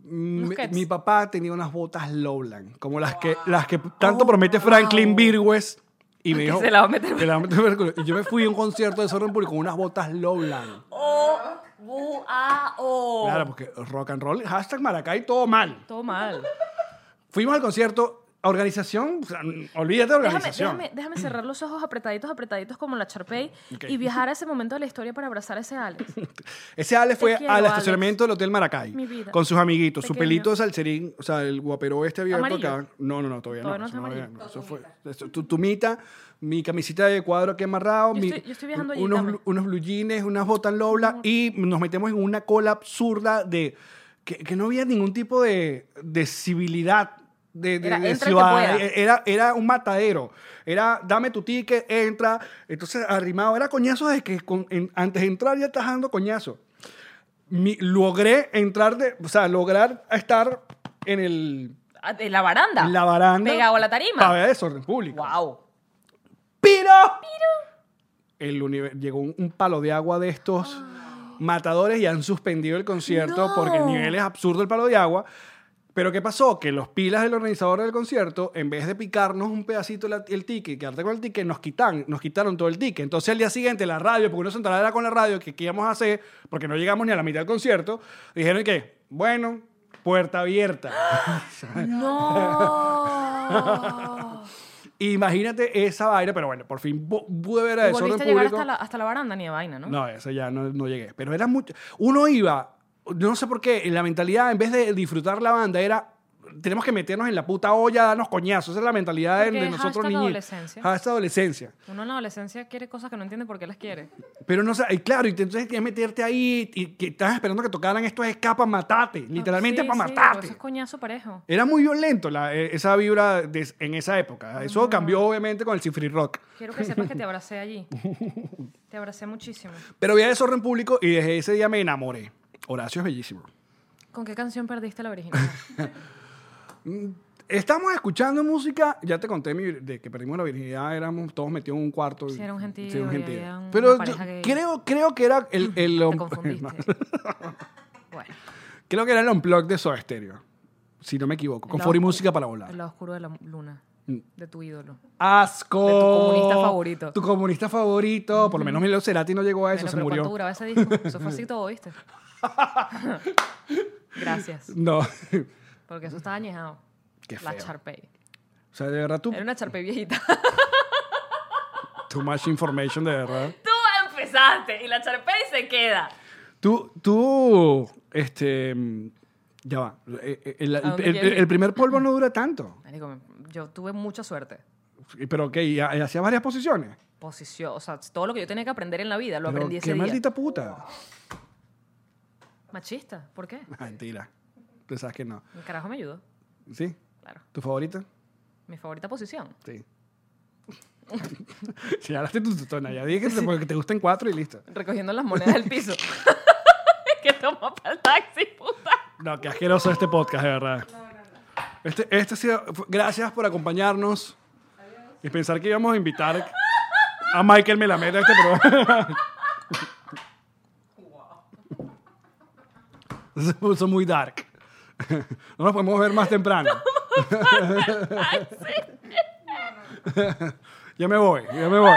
Mi,
Keds.
mi papá tenía unas botas Lowland, como las que, las que tanto promete Franklin Virgües. Y me dijo,
se la va a meter.
que la va a meter por el culo. Y yo me fui a un concierto de Sorren Público con unas botas Lowland.
Oh,
O, bu, a, o.
Claro, porque rock and roll, hashtag Maracay, todo mal.
Todo mal.
Fuimos al concierto, organización, o sea, olvídate de
Déjame,
organización.
déjame, déjame cerrar los ojos apretaditos, apretaditos como la Charpey
Ok.
y viajar a ese momento de la historia para abrazar a ese Alex.
Ese Ale fue
quiero,
al
Alex.
estacionamiento del Hotel Maracay.
Mi vida.
Con sus amiguitos, su
Pequeño.
pelito de salserín, o sea, el guapero este abierto
¿Amarillo?
acá. No, no, no, todavía, no.
Todavía no
eso
está
había-
amarillo.
eso fue. eso- tu tumita, mi camisita de cuadro aquí amarrado.
Yo
mi-
estoy- yo estoy viajando allí,
unos,
dame.
blu- unos blue jeans, unas botas loblas y nos metemos en una cola absurda de. que, que no había ningún tipo de, de civilidad. De, de-
Era,
de
entra el que
ciudadanía.
pueda.
Era, era un matadero. Era, dame tu ticket, entra. Entonces, arrimado. Era coñazo de que con- en- antes de entrar ya estás dando coñazo. Mi- logré entrar de, o sea, lograr estar en el
Ah, En la baranda.
en la baranda.
Pegado a la tarima.
Para ver desorden público.
Wow.
¡Piro! El univer- llegó un, un palo de agua de estos matadores y han suspendido el concierto
No.
porque el nivel es absurdo el palo de agua. Pero ¿qué pasó? Que los pilas del organizador del concierto, en vez de picarnos un pedacito la- el ticket, quedarte con el ticket, nos quitan, nos quitaron todo el ticket. Entonces al día siguiente la radio, porque uno se enterara con la radio que qué íbamos a hacer, porque no llegamos ni a la mitad del concierto, dijeron que, bueno, puerta abierta.
No.
Imagínate esa vaina, pero bueno, por fin pu- pude ver a
Y
desorden
volviste a llegar
público.
hasta la, hasta la baranda ni de vaina, ¿no?
No, eso ya no, no llegué. Pero era mucho. Uno iba, no sé por qué, en la mentalidad, en vez de disfrutar la banda, era. Tenemos que meternos en la puta olla, darnos coñazos. Esa es la mentalidad de,
Porque
de
es
nosotros
hashtag
niños.
adolescencia.
Hasta adolescencia.
Uno en la adolescencia quiere cosas que no entiende por qué las quiere.
Pero no sé, y claro, y te- entonces tienes que meterte ahí y que estás esperando que tocaran estos escapas, matate. Literalmente
Sí,
para
sí,
matarte.
Eso es coñazo parejo.
Era muy violento la- eh, esa vibra de- en esa época. Eso cambió obviamente con el Cifri Rock.
Quiero que sepas que te abracé allí. Te abracé muchísimo.
Pero vi a Desorden Público y desde ese día me enamoré. Horacio es bellísimo.
¿Con qué canción perdiste la virginidad?
Estamos escuchando música. Ya te conté mi- de que perdimos la virginidad. Éramos todos metidos en un cuarto.
Sí, era un gentío
Sí,
y había una
Pero yo
pareja gay.
creo, creo que era el, el
Te
un-
confundiste.
no,
Bueno,
creo que era el unplug de Soda Stereo. Si no me equivoco. Con
El
Fori
lado-
Música para volar.
el lado oscuro de la luna.
Mm.
De tu ídolo.
Asco.
de tu comunista favorito.
Tu comunista favorito. Por lo menos Milo Cerati no llegó a Ah, eso.
Bueno,
se
pero ¿cuánto
murió.
duraba ese disco? Eso fue así todo, ¿viste? Gracias.
No. o
Porque eso estaba añejado.
Qué
La
feo.
Charpey.
sea, de verdad, tú.
Era una Charpey viejita.
Too much information, de verdad.
Tú empezaste y la charpey se queda.
Tú, tú, este, mm, ya va. Eh, eh, El, el-
dónde
el-
quieres ir?
el primer polvo no dura tanto.
Marico, me- yo tuve mucha suerte.
Pero que y ha- y hacía varias posiciones.
Posición, o sea, todo lo que yo tenía que aprender en la vida lo
Pero
aprendí
qué
ese día.
maldita puta.
Machista, ¿por qué?
Mentira. Tú sabes que no.
El carajo me ayudó,
¿Sí?
claro.
¿Tu favorita?
Mi favorita posición.
Sí. si hablaste tu tutona, ya dije que te, porque te gustan cuatro y listo.
Recogiendo las monedas del piso. que toma para el taxi, puta.
No, qué asqueroso este podcast, de verdad. Este, este ha sido- gracias por acompañarnos y pensar que íbamos a invitar a Michael Melamed a este programa. Se puso muy dark. No nos podemos ver más temprano. ya me voy, ya me voy.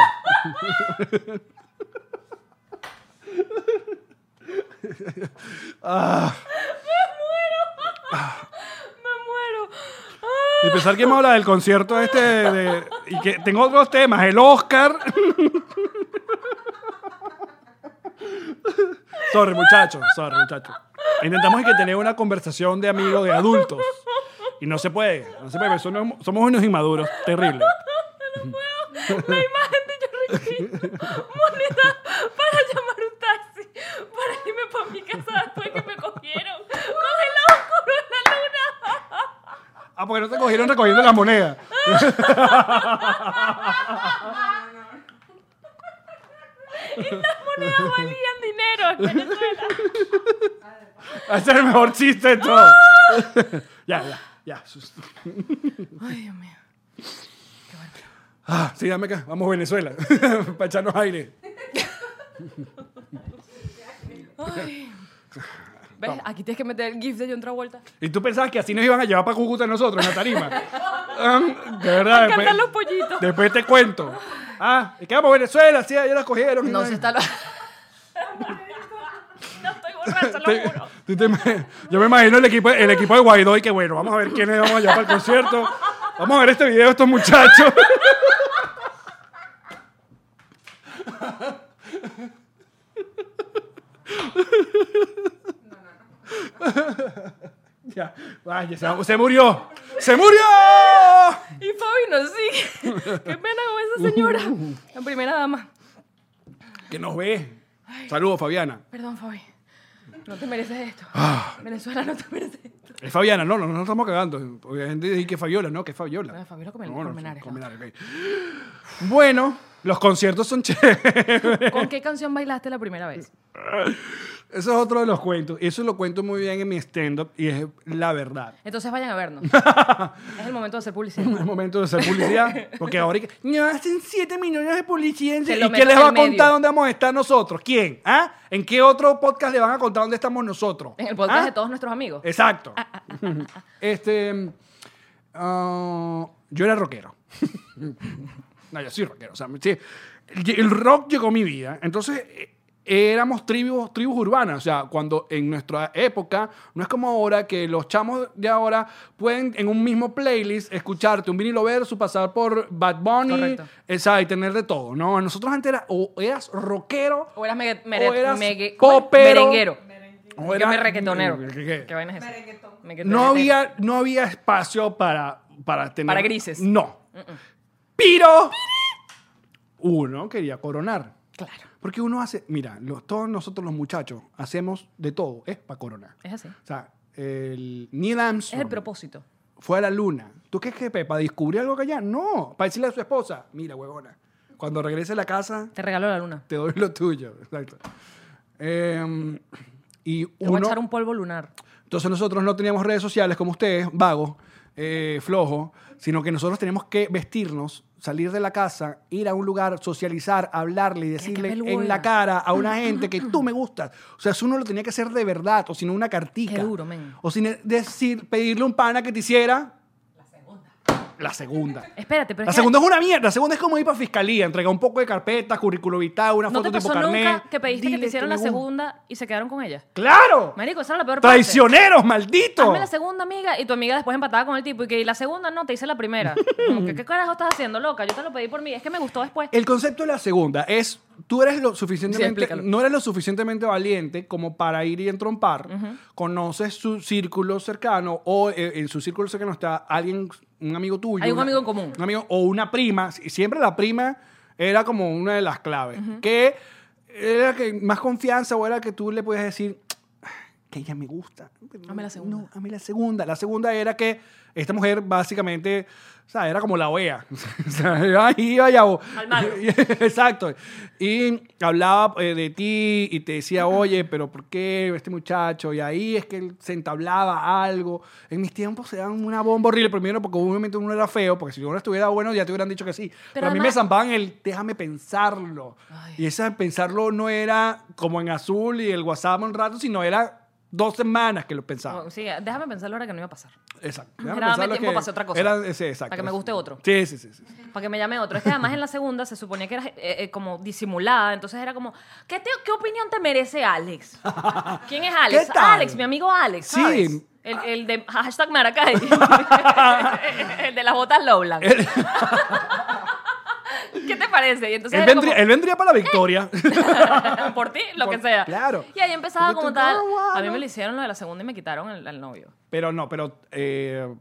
Me muero. Ah,
Y pensar que me habla del concierto este de- y que tengo otros temas, el Oscar. sorry, muchachos, sorry, muchachos. Intentamos que tener una conversación de amigos, de adultos. Y no se puede, no se puede, somos, somos unos inmaduros, terrible.
La imagen de John Riquito. Moneda para llamar un taxi. Para irme para mi casa después que me cogieron. Con el oscuro en la luna.
Ah, porque no te cogieron recogiendo las monedas.
Monedas valían dinero en Venezuela.
Ese es el mejor chiste de todo. ya, ya, ya.
Ay, Dios mío.
Ah, sí, dame acá, vamos a Venezuela, para echarnos aire.
¿Ves? Aquí tienes que meter el GIF de John Travolta.
Y tú pensabas que así nos iban a llevar para Cúcuta nosotros, en la tarima. Ah, de verdad.
Me encantan
después-
los pollitos.
Después te cuento. Ah, y quedamos Venezuela, sí, ayer las cogieron.
No se está lo... No estoy borracha, lo
Te-
juro.
tú te ima- yo me imagino el equipo, el equipo de Guaidó y que bueno, vamos a ver quiénes vamos a llevar para el concierto. Vamos a ver este video de estos muchachos. ya, vaya, se, se murió. ¡Se murió!
Y Fabi nos sigue. Qué pena con esa señora. La primera dama.
Que nos ve. Saludos, Fabiana.
Perdón, Fabi. No te mereces esto.
Ah.
Venezuela no te merece esto.
Es Fabiana, no, no, no estamos cagando. Obviamente dije que Fabiola, no, que es Fabiola.
No, Fabiola Comen-
No, no,
Colmenares,
Colmenares, ok. Bueno, los conciertos son chéveres.
¿Con qué canción bailaste la primera vez?
Eso es otro de los cuentos. Y eso lo cuento muy bien en mi stand-up y es la verdad.
Entonces vayan a vernos. es el momento de hacer
No
publicidad.
Es momento de hacer publicidad. Porque ahora. y que, No, hacen 7 millones de publicidad.
Te lo
¿Y quién
metes
les va a
en medio.
contar dónde vamos a estar nosotros? ¿Quién? ¿Ah? ¿En qué otro podcast le van a contar dónde estamos nosotros?
En el podcast
¿Ah?
de todos nuestros amigos.
Exacto.
Ah,
este. ah, yo era rockero. no, yo soy rockero. O sea, sí. El el rock llegó a mi vida. Entonces. eh, Éramos tribus, tribus urbanas, o sea, cuando en nuestra época, no es como ahora que los chamos de ahora pueden en un mismo playlist escucharte un vinilo verso, pasar por Bad Bunny,
Correcto.
esa, y tener de todo, ¿no? Nosotros antes era, o eras rockero,
O eras, mege- mere-
o eras
megue- ¿cómo es?
popero,
merenguero.
o
Yo
eras-
me requetonero.
¿Qué- qué?
¿Qué vaina es esa? Merenguetón.
No había, no había espacio para, para tener.
Para grises.
No. Pero uno quería coronar.
Claro,
Porque uno hace. Mira, los- todos nosotros los muchachos hacemos de todo, es para coronar.
es así.
O sea, el Neil
Es
Armstrong
el propósito.
fue a la luna. ¿Tú crees que Pepa descubrió algo que allá? No. Para decirle a su esposa, mira, huevona, cuando regrese a la casa,
Te regalo la luna.
te doy lo tuyo. Exacto. Em, y
Te voy a
uno.
echar un polvo lunar.
Entonces nosotros no teníamos redes sociales como ustedes, vagos, eh, flojos, sino que nosotros teníamos que vestirnos, salir de la casa, ir a un lugar, socializar, hablarle y decirle
peludo
en la
era.
cara a una gente que tú me gustas. O sea, eso uno lo tenía que hacer de verdad, o sino una cartica.
Qué duro, men.
O sin decir, pedirle a un pana que te hiciera... La segunda. La segunda.
Espérate, pero
La
es que
segunda es una mierda. La segunda es como ir para fiscalía, entregar un poco de carpetas, currículo vitae, una
¿No
foto
te pasó
tipo carnet.
nunca que pediste que
Dile
te hicieran
me
la
gusta.
segunda y se quedaron con ella?
¡Claro!
Marico, esa era la peor parte.
¡Traicioneros, malditos!
Hazme la segunda amiga y tu amiga después empataba con el tipo y que "Y la segunda no, te hice la primera. Como que, ¿Qué carajo estás haciendo, loca? Yo te lo pedí por mí, es que me gustó después.
El concepto de la segunda es, tú eres lo
Sí,
suficientemente,
explícalo.
no eres lo suficientemente valiente como para ir y entrompar, conoces su círculo cercano o eh, en su círculo cercano está alguien, un amigo tuyo.
Hay un
una-
amigo en común.
Un amigo o una prima, Si- siempre la prima era como una de las claves, que era que más confianza o era que tú le podías decir, "Ah, que ella me gusta.
Ame la segunda.
No, ame la segunda. La segunda era que esta mujer básicamente, o sea, era como la OEA. o sea, iba, iba y abo-
Almagro.
Exacto. Y hablaba eh, de ti y te decía, oye, pero ¿por qué este muchacho? Y ahí es que él se entablaba algo. En mis tiempos se daban una bomba horrible. Primero, porque obviamente uno era feo, porque si uno estuviera bueno ya te hubieran dicho que sí. Pero, a mí me
además-
zampaban el déjame pensarlo. Y ese pensarlo no era como en azul y el WhatsApp un rato, sino era dos semanas que lo pensaba.
Oh, sí, déjame pensarlo ahora que no iba a pasar.
Exacto.
Era
Déjame
dame
pensarlo
tiempo
que
para hacer otra cosa.
Era, ese, exacto.
Para que me guste otro.
Sí, sí, sí. sí.
Para que me llame otro. Es que además en la segunda se suponía que era eh, eh, como disimulada, entonces era como, ¿qué, te- qué opinión te merece Alex? ¿Quién es Alex?
¿Qué tal?
Alex, mi amigo Alex.
Sí.
¿sabes? El, el de hashtag Maracay. el de las botas Lowland.
Él,
¿Qué te parece? Y entonces
él
era "Eh".
vendría, él vendría para la victoria.
como, por ti, lo
Por-
que sea.
claro.
Y ahí empezaba
Porque
como
tú-
tal.
no, guau,
A mí
no.
me lo hicieron lo de la segunda y me quitaron el, al novio.
pero no, pero. eh,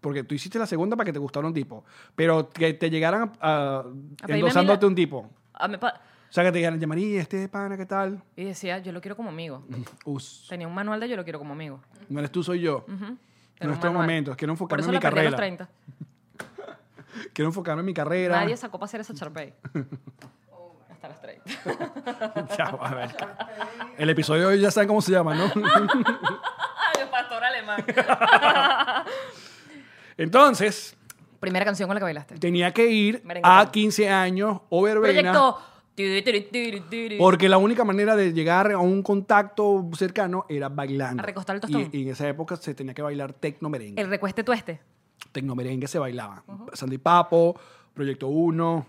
porque tú hiciste la segunda para que te gustara un tipo. Pero que te llegaran a, a-
pedirme a mí
endosándote
la-
un tipo. O
A mí pa-
sea, que te dijeran, Yamarí, este pana, ¿qué tal?
y decía, yo lo quiero como amigo.
Us,
Tenía un manual de yo lo quiero como amigo.
no eres tú, soy yo.
Era
No
un
es todo
manual.
momento. Quiero
Por
enfocarme
eso
en mi
la perdí a los
carrera.
30.
Quiero enfocarme en mi carrera.
Nadie sacó para hacer esa charpey. Hasta las 30.
Ya, a ver. El episodio de hoy ya saben cómo se llama, ¿no?
Ay, el pastor alemán.
Entonces,
Primera canción con la que bailaste.
tenía que ir
Merengue
a
tango.
15 años o verbena.
Proyecto. Tiri, tiri, tiri, tiri.
Porque la única manera de llegar a un contacto cercano era bailando.
A recostar el tostón.
Y, y en esa época se tenía que bailar tecno merengue.
El recueste tueste.
Tecno merengue se bailaba. Sandy Papo, Proyecto 1,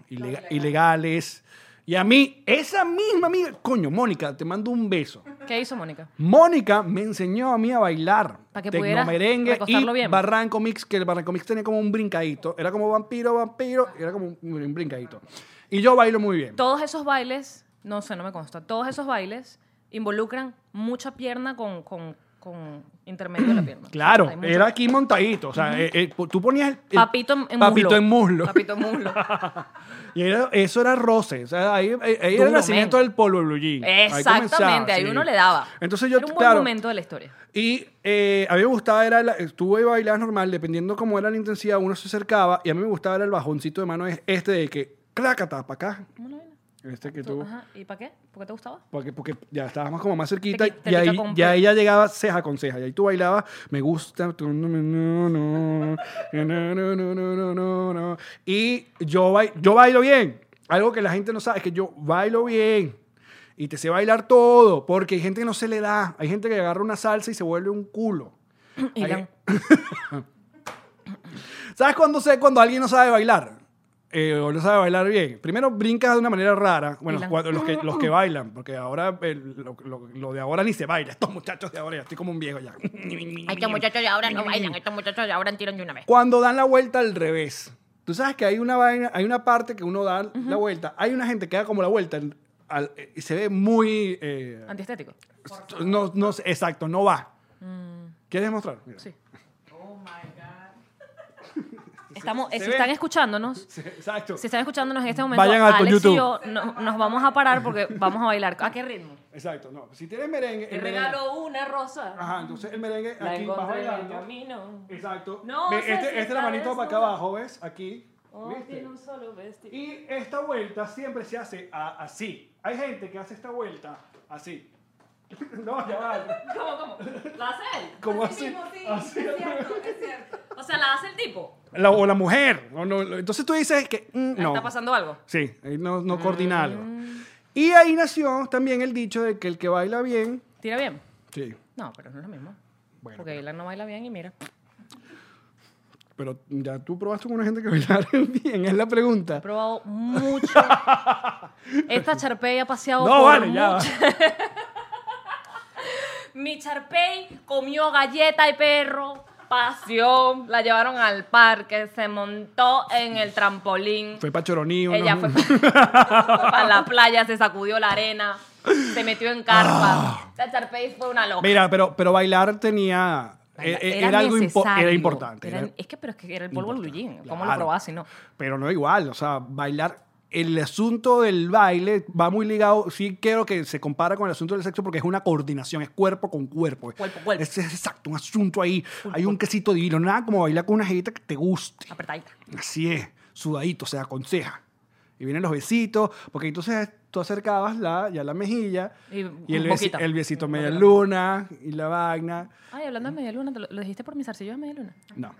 Ilegales. Y a mí, esa misma amiga, coño, Mónica, te mando un beso.
¿Qué hizo Mónica?
Mónica me enseñó a mí a bailar.
Pa' que
Tecno
pudieras
merengue
recostarlo
y
bien.
Barranco Mix, que el Barranco Mix tenía como un brincadito. Era como vampiro, vampiro, era como un, un brincadito. Y yo bailo muy bien.
Todos esos bailes, no sé, no me consta. Todos esos bailes involucran mucha pierna con, con, con intermedio de la pierna.
Claro,
Hay mucho-
era aquí montadito. O sea, eh, eh, tú ponías el, el
Papito en, en
papito
muslo.
en muslo.
Papito en muslo.
Y era- eso era roce. O sea, ahí, ahí- ahí era
Duro,
el nacimiento
men.
del polvo blue jean. Ahí comenzaba,
Exactamente, ahí
sí.
uno le daba.
Entonces yo,
Era un buen
claro,
momento de la historia.
Y eh, a mí me gustaba, era la, tú ibas a bailar normal, dependiendo cómo era la intensidad, uno se acercaba y a mí me gustaba era el bajoncito de mano es- este de que, clácata, para acá. Este que tú,
Ajá, ¿Y para qué? ¿Por qué te gustaba?
porque, porque ya estábamos como más cerquita
Te qui- te
y ahí,
pica con
y ahí
pl-
ya llegaba ceja con ceja y ahí tú bailabas, me gusta, tú, no, no, no, no, no, no, no, no, no, no, no. y yo, bai- yo bailo bien, algo que la gente no sabe es que yo bailo bien. Y te sé bailar todo, porque hay gente que no se le da. Hay gente que agarra una salsa y se vuelve un culo.
Y
Ahí-
ya-
¿Sabes cuándo sé cuando alguien no sabe bailar? Eh, o no sabe bailar bien. Primero brincas de una manera rara. Bueno,
Bailan.
cuando- los, que, los que bailan, porque ahora eh, lo, lo- lo de ahora ni se baila. Estos muchachos de ahora, ya estoy como un viejo ya.
Estos muchachos de ahora no bailan, estos muchachos de ahora tiran de una vez.
Cuando dan la vuelta al revés. Tú sabes que hay una vaina, hay una parte que uno da la vuelta. Hay una gente que da como la vuelta en- al- eh, y se ve muy... eh,
Antiestético.
no, no, sé, exacto, no va. ¿Quieres mostrar? Mira.
Mm. Sí. Estamos, eh,
se
si
ve.
están escuchándonos,
Sí, Exacto.
si están escuchándonos en este momento,
Vayan al
Alex
YouTube.
y yo no- nos vamos a parar porque vamos a bailar. ¿A qué ritmo?
Exacto, no. Si tienes merengue...
Te
el merengue-
regalo una rosa.
Ajá, entonces el merengue
La
Ah, aquí vas
encontré en el
bailando. Eh,
camino.
Exacto.
No,
Ve,
o sea,
este, este
si
es la
está
manito para acá
desnuda.
abajo, ¿ves? Aquí.
Oh,
¿viste?
tiene un solo vestido.
Y esta vuelta siempre se hace a- así. Hay gente que hace esta vuelta así. no, ya va.
¿Cómo, cómo? ¿La hace él?
Como así. así.
O sea, ¿la hace el tipo?
La- o la mujer. o no, lo- entonces tú dices que mm,
Ahí
no.
¿Está pasando Mm. algo?
Sí, ahí no, no coordina algo. Y ahí nació también el dicho de que el que baila bien.
¿Tira bien?
Sí.
No, pero no es lo mismo.
Bueno,
Porque Ilan no baila bien y mira.
Pero ya tú probaste con una gente que bailara bien, es la pregunta.
He probado mucho. Esta Charpey ha paseado
No,
por
vale, ya. va.
mucho- Mi Charpey comió galleta y perro. Pasión. La llevaron al parque. Se montó en el trampolín.
Fue pachoroní. uno-
Ella fue para la playa, se sacudió la arena, se metió en carpa. La Charpey fue una loca.
Ah. Mira, pero, pero bailar tenía.
Baila-
e- e- era, algo impo-
necesario,
era importante.
era-
era
es que, pero es que era el polvo
importante,
gluyín. ¿Cómo
claro.
lo probás si no?
Pero no igual, o sea, bailar el asunto del baile va muy ligado, sí quiero que se compara con el asunto del sexo porque es una coordinación, es cuerpo con cuerpo.
Cuerpo, cuerpo.
Es, es exacto, un asunto ahí. Hay un quesito divino, nada como bailar con una jevita que te guste.
Apretadita.
Así es, sudadito, se aconseja. Y vienen los besitos, porque entonces tú acercabas la, ya la mejilla
Y
y,
un
el, besi-
poquito.
el besito
Un
media
poquito.
luna y la vaina.
Ay, hablando de media luna, ¿te ¿lo, lo dijiste por mis zarcillos de media luna?
No.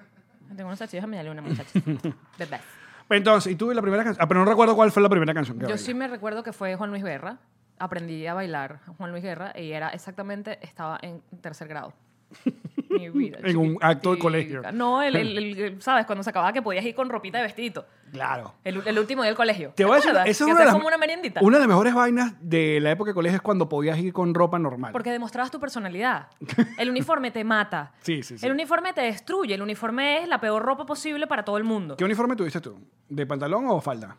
Tengo unos zarcillos de media luna, muchachos. Verdad.
Entonces, y tú y la primera canción. Ah, pero no recuerdo cuál fue la primera canción que
Yo
bailaste.
sí me recuerdo que fue Juan Luis Guerra. Aprendí a bailar Juan Luis Guerra y era exactamente, estaba en tercer grado. Mi vida.
En un acto de
chiquitica.
colegio.
No, el, el- el- el- ¿sabes? Cuando se acababa que podías ir con ropita de vestidito.
Claro.
El, el último día del colegio.
Te voy a decir,
acuerdas?
esa es
Que
una de
hacías
las-
como una meriendita.
Una de las mejores vainas de la época de colegio es cuando podías ir con ropa normal.
Porque demostrabas tu personalidad. El uniforme te mata.
Sí, sí, sí.
El uniforme te destruye. El uniforme es la peor ropa posible para todo el mundo.
¿Qué uniforme tuviste tú? ¿De pantalón o falda?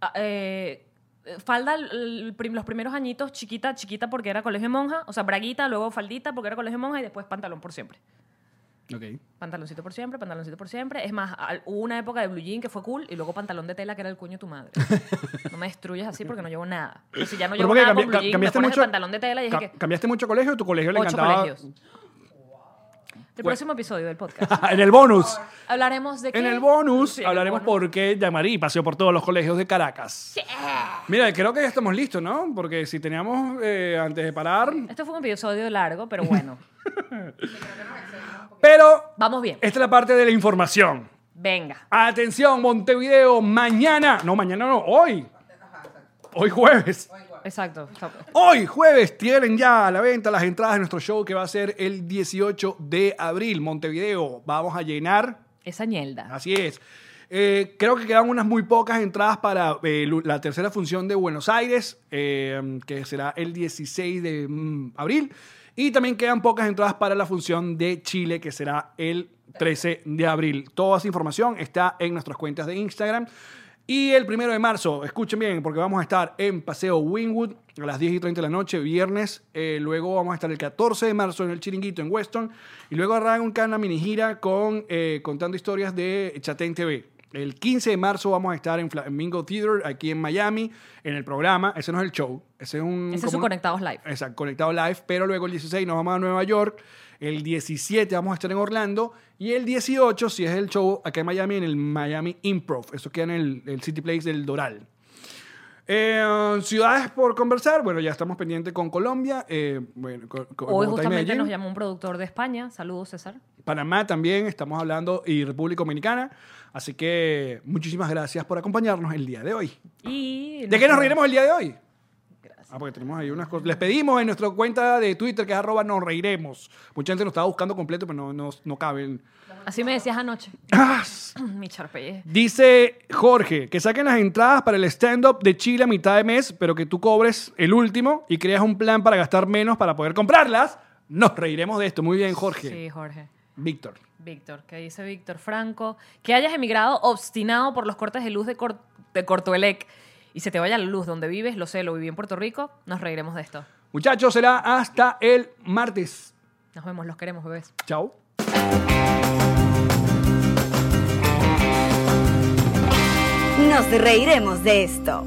Ah, eh, eh, falda el- el prim- los primeros añitos chiquita, chiquita porque era colegio de monja, o sea, braguita, luego faldita porque era colegio de monja y después pantalón por siempre.
Ok.
Pantaloncito por siempre, pantaloncito por siempre. Es más, al- hubo una época de blue jean que fue cool y luego pantalón de tela que era el cuño de tu madre. No me destruyas así porque no llevo nada. Pero si ya no
Pero
llevo
porque
nada
cambi-
con blue
ca-
jean, me
cambiaste
pones
mucho-
el pantalón de tela y dije
Ca-
que
¿Cambiaste mucho colegio o tu colegio le
ocho
encantaba?
colegios. El próximo episodio del podcast.
en el bonus.
Hablaremos de que
En el bonus
Sí, en el
hablaremos
bonus.
por qué Yamarí paseó por todos los colegios de Caracas. Mira, creo que ya estamos listos, ¿no? Porque si teníamos eh, antes de parar.
Esto fue un episodio largo, pero bueno.
Pero
Vamos bien.
esta es la parte de la información.
Venga.
Atención, Montevideo, mañana. No, mañana no, hoy. Hoy jueves.
Exacto.
Hoy jueves tienen ya a la venta las entradas de nuestro show que va a ser el 18 de abril, Montevideo. Vamos a llenar,
Esa ñelda.
así es. Eh, creo que quedan unas muy pocas entradas para eh, lu- la tercera función de Buenos Aires, eh, que será el 16 de mm, abril. Y también quedan pocas entradas para la función de Chile, que será el 13 de abril. Toda esa información está en nuestras cuentas de Instagram. Y el primero de marzo, escuchen bien, porque vamos a estar en Paseo Wynwood a las 10 y 30 de la noche, viernes. Eh, luego vamos a estar el 14 de marzo en el Chiringuito, en Weston. Y luego arranca una mini gira con, eh, contando historias de Chatén TV. El 15 de marzo vamos a estar en Flamingo Theater, aquí en Miami, en el programa. Ese no es el show, ese es un...
Ese es
como
su
un- eh,
Conectados Live.
Exacto, conectado live, pero luego el 16 nos vamos a Nueva York, el 17 vamos a estar en Orlando y el 18 si es el show acá en Miami, en el Miami Improv. Eso queda en el, el City Place del Doral. Eh, ciudades por conversar, bueno, ya estamos pendientes con Colombia, eh, bueno, con, con
Hoy
Bogotá y
justamente
Medellín.
nos llamó un productor de España. Saludos, César.
Panamá también, estamos hablando, y República Dominicana. Así que muchísimas gracias por acompañarnos el día de hoy.
Y
¿De qué nos reiremos el día de hoy? Ah, porque tenemos ahí unas cosas. Les pedimos en nuestra cuenta de Twitter, que es arroba nos reiremos. Mucha gente lo estaba buscando completo, pero no, no, no caben.
Así me decías anoche. Mi charpelle.
Dice Jorge, que saquen las entradas para el stand-up de Chile a mitad de mes, pero que tú cobres el último y creas un plan para gastar menos para poder comprarlas. Nos reiremos de esto. Muy bien, Jorge.
Sí, Jorge.
Víctor.
Víctor, ¿qué dice Víctor Franco? Que hayas emigrado obstinado por los cortes de luz de, Cor- de Cortoelec y se te vaya la luz donde vives, lo sé, lo viví en Puerto Rico, nos reiremos de esto.
Muchachos, será hasta el martes.
Nos vemos, los queremos, bebés.
Chao.
Nos reiremos de esto.